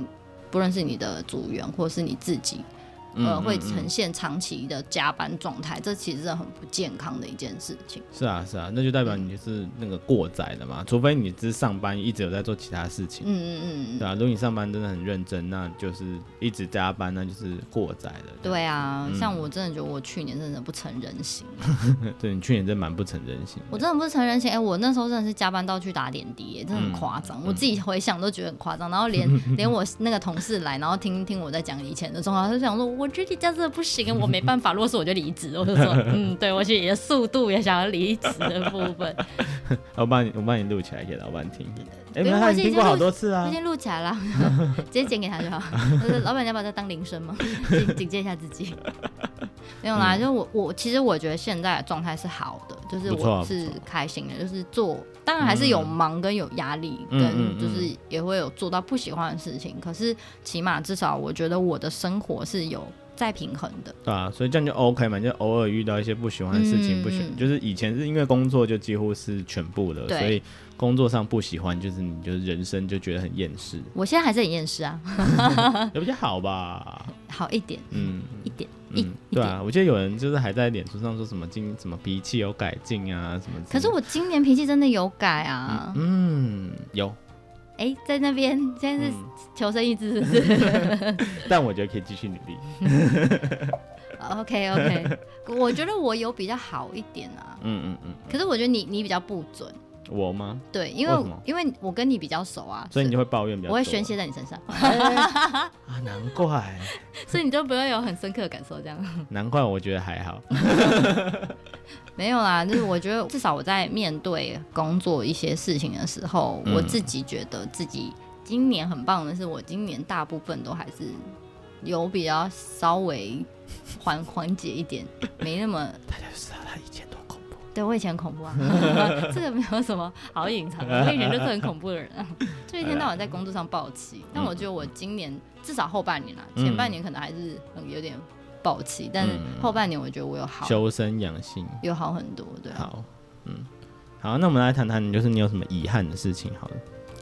S2: 不论是你的组员或是你自己，呃，
S1: 嗯
S2: 会
S1: 嗯嗯
S2: 呈现长期的加班状态，这其实是很不健康的一件事情。
S1: 是啊，是啊，那就代表你就是那个过载的嘛，除非你只是上班一直有在做其他事情，
S2: 嗯嗯嗯
S1: 对
S2: 嗯，
S1: 啊，如果你上班真的很认真，那就是一直加班，那就是过载的。
S2: 对啊，
S1: 嗯
S2: 像我真的觉得我去年真的不成人形，
S1: 对，你去年真蛮不成人形的。
S2: 我真的不成人形。哎、我那时候真的是加班到去打点滴、哎
S1: 嗯
S2: 真的很夸张，我自己回想都觉得很夸张。然后连 连我那个同事来，然后听听我在讲以前的状况，他就想说，我觉得这样真的不行，我没办法，如果是我就离职。我就说，嗯，对我去也速度也想要离职的部分，
S1: 哎我帮你，我帮你录起来给老板听。哎、
S2: 不
S1: 没
S2: 用
S1: 有，他
S2: 我
S1: 已
S2: 已
S1: 经
S2: 经
S1: 听过好
S2: 录
S1: 多次
S2: 我
S1: 啊。
S2: 先录起来 了，直接剪给他就好。就是老板要把这当铃声 吗？警警戒一下自己。没有啦，就我我其实我觉得现在的状态是好的，就是
S1: 嗯不错啊
S2: 我是开心的，就是做，当然还是有忙跟有压力，
S1: 嗯嗯嗯
S2: 跟就是也会有做到不喜欢的事情。可是起码至少我觉得我的生活是有在平衡的。
S1: 对啊，所以这样就 OK 嘛，就偶尔遇到一些不喜欢的事情，
S2: 嗯
S1: 不喜
S2: 嗯
S1: 就是以前是因为工作就几乎是全部的，
S2: 对
S1: 所以工作上不喜欢，就是你就是人生就觉得很厌世，
S2: 我现在还是很厌世啊，
S1: 也比较好吧。
S2: 好一点，
S1: 嗯，
S2: 一点，一
S1: 嗯，对啊，我记得有人就是还在脸书上说什么今什么脾气有改进啊什么之类的。
S2: 可是我今年脾气真的有改啊！
S1: 嗯有，
S2: 哎、在那边现在是
S1: 嗯
S2: 求生意志是不是？
S1: 但我觉得可以继续努力。
S2: OK OK，我觉得我有比较好一点啊，
S1: 嗯嗯嗯，嗯
S2: 可是我觉得你你比较不准，
S1: 我吗？
S2: 对，因
S1: 为
S2: 为
S1: 什么
S2: 因为我跟你比较熟啊，
S1: 所以你就会抱怨比较
S2: 我
S1: 多。
S2: 会宣泄在你身上，
S1: 啊，难怪，
S2: 所以你就不会有很深刻的感受。这样
S1: 难怪我觉得还好。
S2: 没有啦，就是我觉得至少我在面对工作一些事情的时候，
S1: 嗯
S2: 我自己觉得自己今年很棒的是，我今年大部分都还是有比较稍微缓缓解一点，没那么
S1: 大家就知道他以前多恐怖。
S2: 对我以前很恐怖啊， 这个没有什么好隐藏的。我以前就是很恐怖的人啊， 就一天到晚在工作上暴气。但我觉得我今年至少后半年啦，
S1: 嗯
S2: 前半年可能还是很有点暴气，但是
S1: 嗯
S2: 后半年我觉得我有好，
S1: 修身养性，
S2: 有好很多。对，啊
S1: 好，嗯，好，那我们来谈谈，就是你有什么遗憾的事情好了。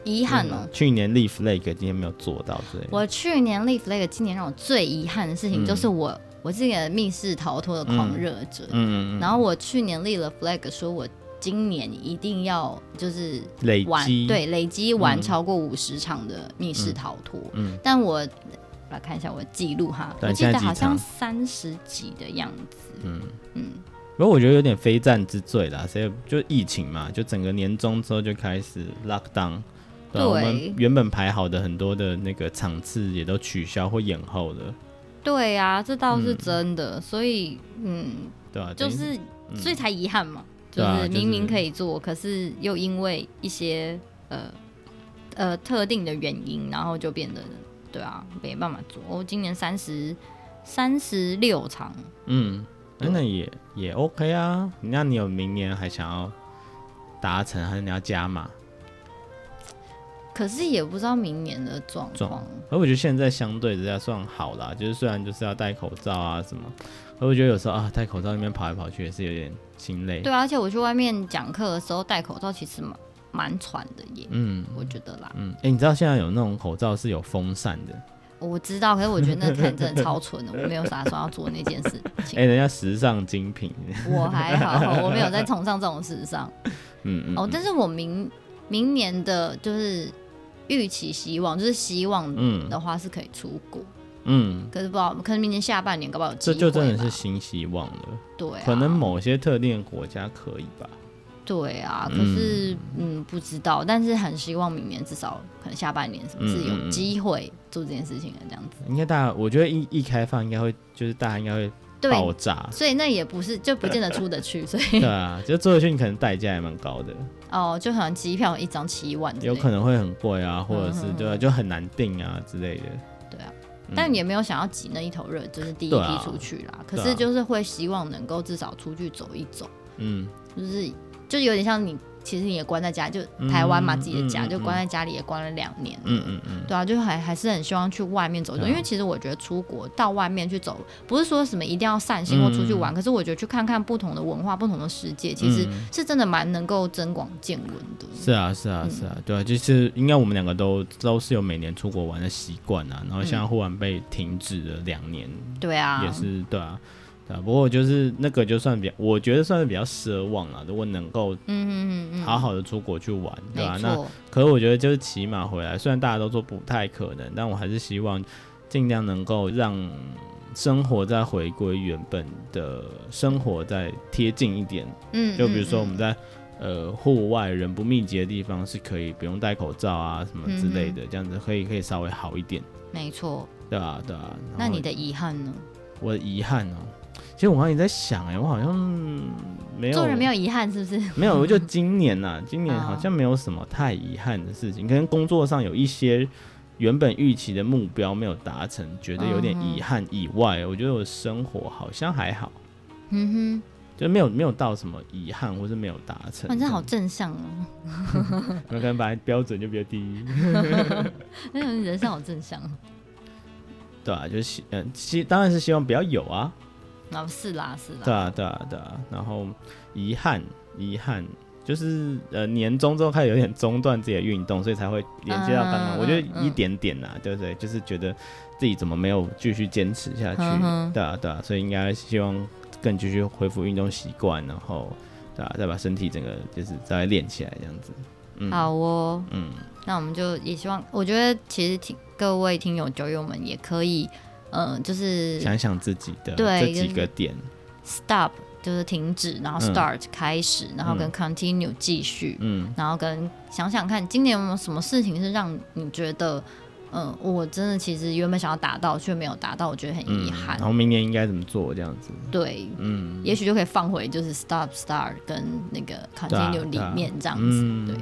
S2: 遗憾哦。
S1: 去年 Leaf Lake 今天没有做到之类的。
S2: 我去年 Leaf Lake 今年让我最遗憾的事情
S1: 嗯
S2: 就是我我是一个密室逃脱的狂热者，
S1: 嗯嗯
S2: 然后我去年立了 flag 说我。今年一定要就是
S1: 嗯，累
S2: 玩
S1: 积，
S2: 对累积玩
S1: 嗯
S2: 超过五十场的密室逃脱，
S1: 嗯，
S2: 但我来看一下我的记录哈，
S1: 对
S2: 我记得
S1: 现在
S2: 好
S1: 几场
S2: 像三十几的样子。
S1: 嗯
S2: 嗯，
S1: 不过我觉得有点非战之罪啦，所以就疫情嘛，就整个年中之后就开始 lockdown。对啊，
S2: 对
S1: 我们原本排好的很多的那个场次也都取消或延后了，
S2: 对啊，这倒
S1: 嗯
S2: 是真的，所以嗯，
S1: 对吧、啊？
S2: 就
S1: 等于
S2: 是、所以才遗憾嘛，就
S1: 对啊
S2: 是
S1: 就是
S2: 明明可以做，可是又因为一些呃呃特定的原因，然后就变得对啊没办法做。我、今年三十三十六场，
S1: 嗯，哎那也也 OK 啊。那你有明年还想要达成，还是你要加码？
S2: 可是也不知道明年的状
S1: 状
S2: 况。
S1: 而我觉得现在相对之下算好啦，就是虽然就是要戴口罩啊什么，而我觉得有时候啊戴口罩那边跑来跑去也是有点心累。
S2: 对啊，而且我去外面讲课的时候戴口罩，其实蛮蛮喘的耶。
S1: 嗯
S2: 我觉得啦，
S1: 嗯，哎、你知道现在有那种口罩是有风扇的，
S2: 我知道，可是我觉得那看真的超蠢的，我没有打算要做那件事 情。
S1: 哎、人家时尚精品，
S2: 我还好，我没有在崇尚这种时尚
S1: 嗯嗯，
S2: 哦。但是我明明年的就是预期希望，就是希望
S1: 嗯
S2: 的话是可以出国，
S1: 嗯，
S2: 可是不知道，可是明年下半年搞不好有
S1: 这
S2: 机会吧
S1: 就真的是新希望了，
S2: 对啊、
S1: 可能某些特定的国家可以吧，
S2: 对啊，可是嗯不知道，但是很希望明年至少可能下半年什么是
S1: 嗯嗯
S2: 有
S1: 嗯
S2: 机会做这件事情的这样子。
S1: 应该大家，我觉得一一开放应该会，就是大家应该会爆
S2: 对，，
S1: 炸
S2: 所以那也不是就不见得出得去，所以
S1: 对啊，就做回去你可能代价也蛮高的，
S2: 哦，就可能机票一张七万之类
S1: 有
S2: 的，
S1: 可能会很贵啊，或者是
S2: 嗯嗯嗯
S1: 对啊，就很难定啊之类的。
S2: 对啊
S1: 嗯，
S2: 但也没有想要挤那一头热，就是第一
S1: 对啊
S2: 批出去啦。可
S1: 对啊
S2: 是就是会希望能够至少出去走一走，
S1: 嗯，
S2: 就是就有点像你，其实你也关在家，就台湾嘛，
S1: 嗯
S2: 自己的家、
S1: 嗯嗯
S2: 就关在家里也关了两年。
S1: 嗯嗯嗯，
S2: 对啊，就还还是很希望去外面走一走，
S1: 对啊
S2: 因为其实我觉得出国到外面去走，不是说什么一定要散
S1: 嗯
S2: 心或出去玩，可是我觉得去看看不同的文化、不同的世界，其实
S1: 嗯
S2: 是真的蛮能够增广见闻的。
S1: 是啊是啊是啊，对啊，就是应该我们两个都都是有每年出国玩的习惯啊，然后现在忽然被停止了两年，
S2: 对啊，
S1: 也是对啊。对啊，不过就是那个就算比较，我觉得算是比较奢望啊。如果能够
S2: 嗯嗯嗯嗯，
S1: 好好的出国去玩，对吧、
S2: 没
S1: 那
S2: 错，
S1: 可是我觉得就是骑马回来，虽然大家都说不太可能，但我还是希望尽量能够让生活再回归原本的生活，再贴近一点。
S2: 嗯，
S1: 就比如说
S2: 嗯
S1: 我们在呃户外人不密集的地方，是可以不用戴口罩啊什么之类的，
S2: 嗯
S1: 这样子可以可以稍微好一点，
S2: 没错，
S1: 对吧、对吧、啊？然后
S2: 那你的遗憾呢？
S1: 我的遗憾哦、其实我刚刚也在想、哎，我好像没有
S2: 做人没有遗憾是不是？
S1: 没有，我就今年呐、今年
S2: 哦
S1: 好像没有什么太遗憾的事情，可能工作上有一些原本预期的目标没有达成，觉得有点遗憾以外，我觉得我生活好像还好，
S2: 嗯
S1: 就没有没有到什么遗憾或是没有达成。
S2: 哼，反正好，正向哦，
S1: 可能本来标准就比较低，
S2: 那种人生好正向哦。
S1: 对啊，就是希嗯，希当然是希望不要有啊，
S2: 啊，是啦是
S1: 对
S2: 啦，
S1: 啊，对啊，对啊。然后遗憾，遗憾就是呃，年终之后开始有点中断自己的运动，所以才会连接到刚刚。
S2: 嗯
S1: 我觉得
S2: 嗯
S1: 一点点呐、对不对？就是觉得自己怎么没有继续坚持下去？
S2: 嗯哼
S1: 对啊，对啊，所以应该希望更继续恢复运动习惯，然后对啊，再把身体整个就是再练起来这样子。嗯
S2: 好哦，
S1: 嗯，
S2: 那我们就也希望，我觉得其实听各位听友酒友们也可以，嗯，就是
S1: 想想自己的
S2: 对
S1: 这几
S2: 就是
S1: 个点，
S2: stop 就是停止，然后
S1: 嗯
S2: start 开始，然后跟 continue 继续，
S1: 嗯
S2: 然后跟想想看今年有没有什么事情是让你觉得，嗯，我真的其实原本想要达到却没有达到，我觉得很
S1: 嗯
S2: 遗，憾
S1: 然。后明年应该怎么做这 样子？
S2: 对，
S1: 嗯，
S2: 也许就可以放回就是 stop start 跟那个
S1: 对啊
S2: continue 里
S1: 对啊
S2: 面这样子，
S1: 嗯
S2: 对。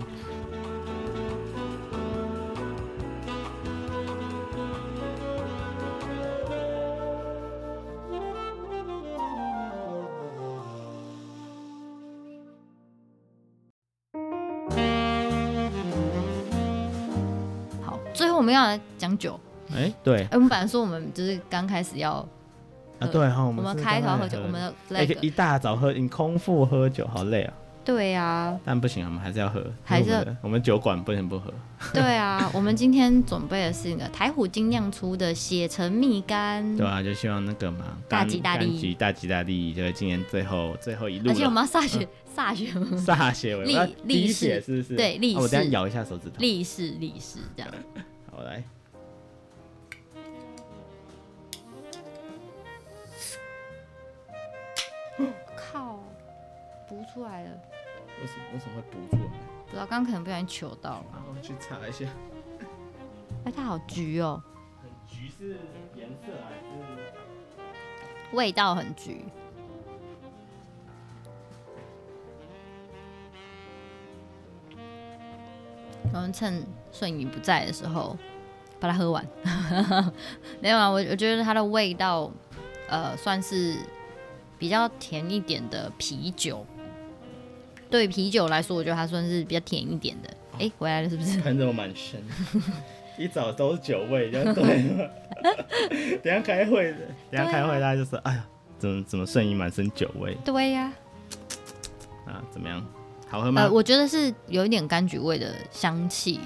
S2: 好，最后我们要来讲酒。
S1: 哎、对
S2: 哎、我们本来说我们就是刚开始要
S1: 啊，对哈，我
S2: 我
S1: 们
S2: 们
S1: 是
S2: 开头
S1: 刚才
S2: 喝酒，我们的
S1: 哎
S2: flag
S1: 一大早喝，你空腹喝酒好累啊！
S2: 对啊，
S1: 但不行，我们还是要喝，
S2: 还是
S1: 因为我们的我们酒馆不能不喝。
S2: 对啊，我们今天准备的是那个台虎精酿出的血橙蜜柑，
S1: 对啊，就希望那个嘛，
S2: 大
S1: 干
S2: 吉大利
S1: 干吉大吉大利，就是今年最后最后一路
S2: 而且我
S1: 了。
S2: 们要歃血歃血
S1: 歃血为
S2: 立
S1: 盟，
S2: 立
S1: 滴血
S2: 誓
S1: 是不是？
S2: 对立
S1: 啊我等一
S2: 誓
S1: 下咬一下手指头。
S2: 立誓立誓这样。
S1: 好，我来。
S2: 靠，不出来了，
S1: 为什么为什么会补出来？
S2: 不知道刚刚可能不小心糗到了。
S1: 然后啊去查一下，
S2: 哎，它好橘哦，
S1: 橘是颜色还是？
S2: 味道很橘。我们趁顺宇不在的时候把它喝完。 没有啊，我我觉得它的味道，呃，算是比较甜一点的啤酒。对啤酒来说，我觉得它算是比较甜一点的。哎、回来了是不 是？
S1: 喷的我满身，一早都是酒味，就对 了。等一下开会的，等一下开会，大家就说：“哎呀，怎么怎么瞬移满身酒味
S2: 对呀、
S1: 啊？怎么样？好喝吗？”
S2: 呃，我觉得是有一点柑橘味的香气，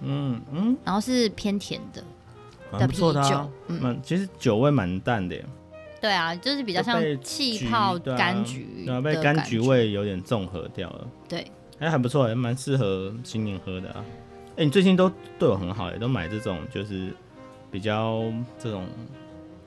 S1: 嗯嗯，
S2: 然后是偏甜的。
S1: 蛮不错的、
S2: 的啤
S1: 啊
S2: 酒。嗯
S1: 蛮、其实酒味蛮淡的耶，
S2: 对啊，就是比较
S1: 就
S2: 像
S1: 被
S2: 气泡
S1: 对啊
S2: 柑橘
S1: 然
S2: 的
S1: 后被
S2: 感觉，
S1: 柑橘味有点综合掉了。
S2: 对，
S1: 哎、还不错，还蛮适合新年喝的啊。哎、你最近都对我很好，欸也都买这种就是比较这种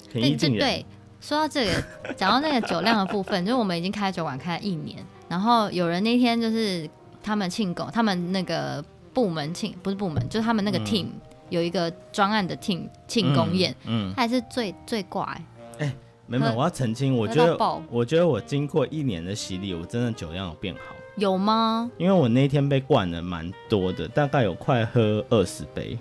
S1: 平易
S2: 对
S1: 近
S2: 对
S1: 人。
S2: 对。说到这个，讲到那个酒量的部分，就是我们已经开酒馆开了一年，然后有人那天就是他们庆功，他们那个部门庆不是部门，就是他们那个 team、有一个专案的 team 庆功宴，
S1: 嗯嗯，嗯，
S2: 他还是最最挂、欸，
S1: 没有没有，
S2: 喝
S1: 我要澄清，我
S2: 喝
S1: 觉
S2: 到
S1: 得
S2: 爆
S1: 我觉得我经过一年的洗礼，我真的酒量有变好，
S2: 有吗？
S1: 因为我那天被灌了蛮多的，大概有快喝二十杯，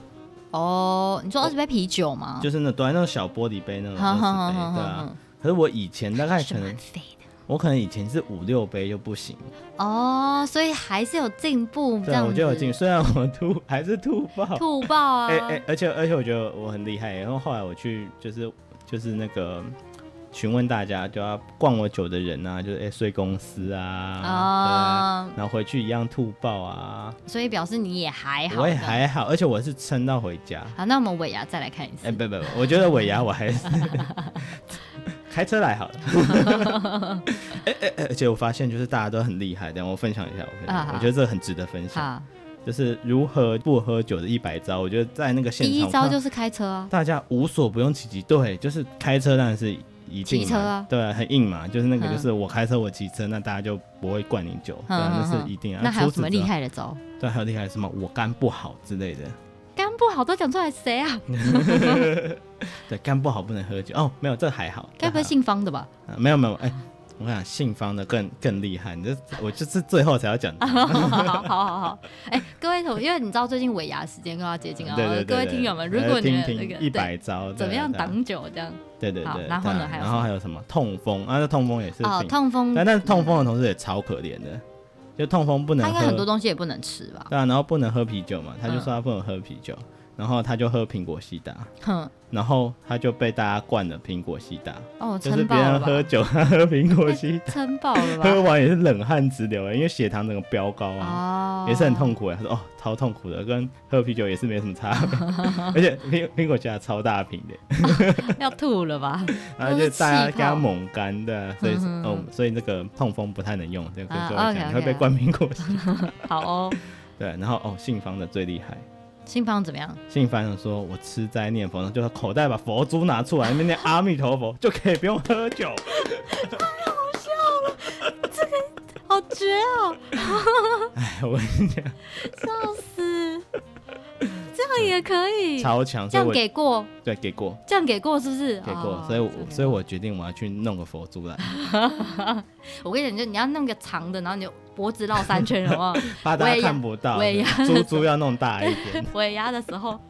S2: 哦，你说二十杯啤酒吗？
S1: 就是那端那种小玻璃杯那种二
S2: 好
S1: 十
S2: 哦好好好
S1: 杯，对啊。
S2: 好，
S1: 可是我以前大概
S2: 是
S1: 可能
S2: 蛮，肥的
S1: 我可能以前是五六杯就不行，
S2: 哦，所以还是有进步，这
S1: 对啊，
S2: 样
S1: 我
S2: 子
S1: 就有进，虽然我吐还是吐爆，
S2: 吐爆啊！
S1: 哎哎，而且而且我觉得我很厉害，然后后来我去就是就是那个询问大家，就要灌我酒的人啊，就是哎睡公司 啊，对啊
S2: 啊，
S1: 然后回去一样吐爆啊，
S2: 所以表示你也还哎好，
S1: 我也还好，而且我是撑到回家。
S2: 好。那我们尾牙再来看一
S1: 哎、
S2: 次，
S1: 不不不，我觉得尾牙我还 是开车来好了。 哎哎哎，而且我发现就是大家都很厉害，等一下我分享一下，我分享一
S2: 啊
S1: 下
S2: 好
S1: 我觉得这个很值得分享，
S2: 好，
S1: 就是如何不喝酒的一百招。我觉得在那个现场，
S2: 第一
S1: 我看
S2: 招
S1: 到
S2: 就是开车啊，
S1: 大家无所不用其极，对，就是开车当然是一定嘛
S2: 骑车啊
S1: 对，很硬嘛，就是那个
S2: 嗯
S1: 就是我开车我骑车，那大家就不会灌你酒，对、
S2: 嗯
S1: 啊，
S2: 嗯
S1: 那
S2: 嗯
S1: 是一定啊。
S2: 那还有
S1: 除此
S2: 什么
S1: 之
S2: 厉
S1: 外？
S2: 害的招？
S1: 对，还有厉害什么我肝不好之类的，
S2: 肝不好都讲出来，谁啊？
S1: 对，肝不好不能喝酒哦，没有这还好，
S2: 该不会
S1: 这
S2: 姓方的吧？
S1: 还好、啊没有没有哎。我跟你讲信方的更更厉害，你这我就是最后才要讲的。
S2: 好好好好，哎，各位同，因为你知道最近尾牙时间又要接近了，
S1: 对对对对，
S2: 各位听友们，如果你
S1: 听
S2: 们那
S1: 听
S2: 个
S1: 一
S2: 对
S1: 百招
S2: 怎么样？
S1: 对
S2: 挡酒这样？
S1: 对对对
S2: 好
S1: 对，
S2: 然后呢
S1: 对
S2: 还有
S1: 然
S2: 什
S1: 后
S2: 么
S1: 还有什么痛风啊？那痛风也是
S2: 哦，
S1: 病
S2: 痛风，
S1: 但但痛风的同事也超可怜的，就痛风不能
S2: 他
S1: 喝，
S2: 应该很多东西也不能吃吧？
S1: 对啊，然后不能喝啤酒嘛，他就
S2: 嗯
S1: 说他不能喝啤酒，然后他就喝苹果西达，
S2: 哼，
S1: 然后他就被大家灌了苹果西达，
S2: 哦，
S1: 就是
S2: 撑
S1: 别
S2: 爆了
S1: 人喝
S2: 吧？
S1: 酒他喝苹果 西达，
S2: 撑爆了
S1: 喝
S2: 吧？
S1: 完也是冷汗直流，欸因为血糖整个飙高啊。
S2: 哦，
S1: 也是很痛苦哎，他说哦，超痛苦的，跟喝啤酒也是没什么差别， 而且苹苹果西达超大瓶的，
S2: 要吐了 吧？
S1: 然后就大家给他
S2: 都是气泡
S1: 猛干的，所以是
S2: 嗯哼
S1: 哦，所以那个痛风不太能用，这个跟
S2: 啊
S1: 各位讲，
S2: OK，OK
S1: 你会被灌苹果西
S2: 好哦，
S1: 对，然后哦，信方的最厉害，
S2: 信方怎么样？
S1: 信方的说：“我吃斋念佛，然后就是口袋把佛珠拿出来，那边念阿弥陀佛，就可以不用喝酒。
S2: 好绝 哦，”
S1: 哎，我跟你讲，
S2: 笑死！这样也可以，
S1: 超强，
S2: 这
S1: 所以
S2: 样
S1: 我
S2: 给过，
S1: 对给过
S2: 这样给过是不是？
S1: 给过
S2: 哦，
S1: 所以我
S2: OK
S1: 所以我决定我要去弄个佛珠来，
S2: 我跟你讲，你就你要弄个长的，然后你就脖子绕三圈，好不好？
S1: 怕大家看不到
S2: 我也，
S1: 珠珠要弄大一点，
S2: 尾牙的时候，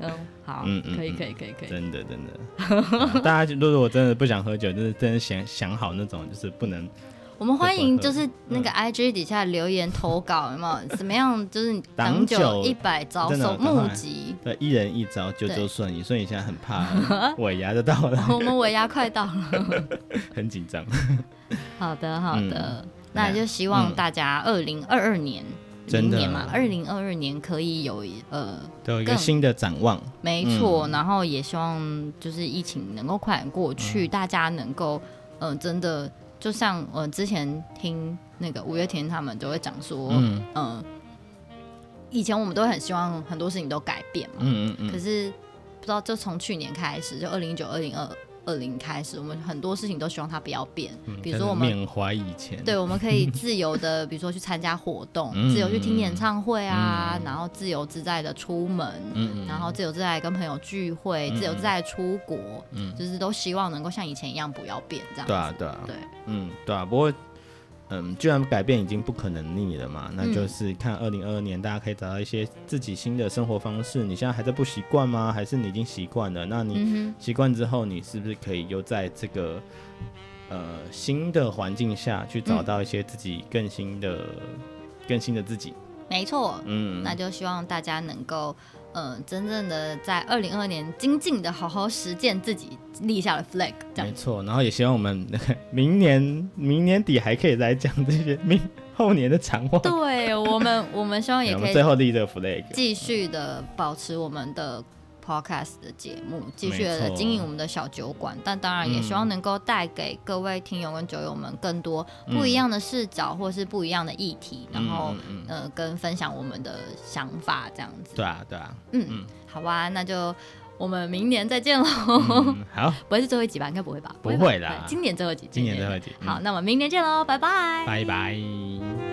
S2: 嗯，好，
S1: 嗯嗯
S2: 可以
S1: 嗯
S2: 可以可以可以，
S1: 真的真 的。大家就如果真的不想喝酒，就是真的想想好那种，就是不能
S2: 我们欢迎就是那
S1: 嗯
S2: 个 IG 底下留言投稿，有没有？怎么样？就是挡
S1: 挡
S2: 酒
S1: 酒
S2: 一百招
S1: 真的
S2: 手
S1: 赶快
S2: 募集。
S1: 对一人一招，九
S2: 对
S1: 州顺你，所以你现在很怕尾牙的到来，
S2: 我们尾牙快到了，
S1: 很紧张。
S2: 好的好的，那就希望大家二零二二年，
S1: 真
S2: 明
S1: 的
S2: 年嘛，二零二二年可以有呃，
S1: 都有一个
S2: 更
S1: 新的展望，
S2: 没错，然后也希望就是疫情能够快点过去，大家能够呃真的就像呃之前听那个五月天他们都会讲说，嗯、
S1: 嗯
S2: 以前我们都很希望很多事情都改变嘛，
S1: 嗯嗯嗯。
S2: 可是不知道，就从去年开始，就二零一九、二零二二零开始，我们很多事情都希望它不要变。比如说我们
S1: 缅怀以前，
S2: 对，我们 可以自由的，比如说去参加活动，
S1: 嗯
S2: 自由去听演唱会啊，然后自由自在的出门，
S1: 嗯，嗯
S2: 然后自由自在地跟朋友聚会，
S1: 嗯
S2: 自由自在地出国，
S1: 嗯
S2: 就是都希望能够像以前一样不要变这样子。
S1: 对啊对啊，
S2: 对
S1: 嗯对啊，不过。嗯，既然改变已经不可能逆了嘛，那
S2: 嗯
S1: 就是看二零二二年大家可以找到一些自己新的生活方式。你现在还在不习惯吗？还是你已经习惯了？那你
S2: 嗯
S1: 习惯之后，你是不是可以又在这个呃新的环境下去找到一些自己更新的、更新的自己？
S2: 哼，没错，
S1: 嗯，
S2: 那就希望大家能够，呃，真正的在二零二年精进的好好实践自己立下的 flag，这样
S1: 没错，然后也希望我们 明年明年底还可以来讲这些明后年的展望。
S2: 对我们，我们希望也
S1: 我
S2: 可
S1: 们
S2: 以
S1: 最后立这个 flag，
S2: 继续的保持我们的 podcast 的节目，继续的
S1: 没错
S2: 经营我们的小酒馆，但当然也希望能够带给各位听友跟酒友们更多不一样的视角，或是不一样的议题，然后
S1: 嗯嗯嗯
S2: 呃，跟分享我们的想法这样子。
S1: 对啊对啊，
S2: 嗯，好吧，那就我们明年再见喽。
S1: 嗯，好，
S2: 不会是最后一集吧？应该不会吧？
S1: 不
S2: 吧
S1: 会啦
S2: 对今年最后一集，
S1: 今年最后一集，嗯
S2: 好，，那我们明年见喽，拜拜，
S1: 拜拜。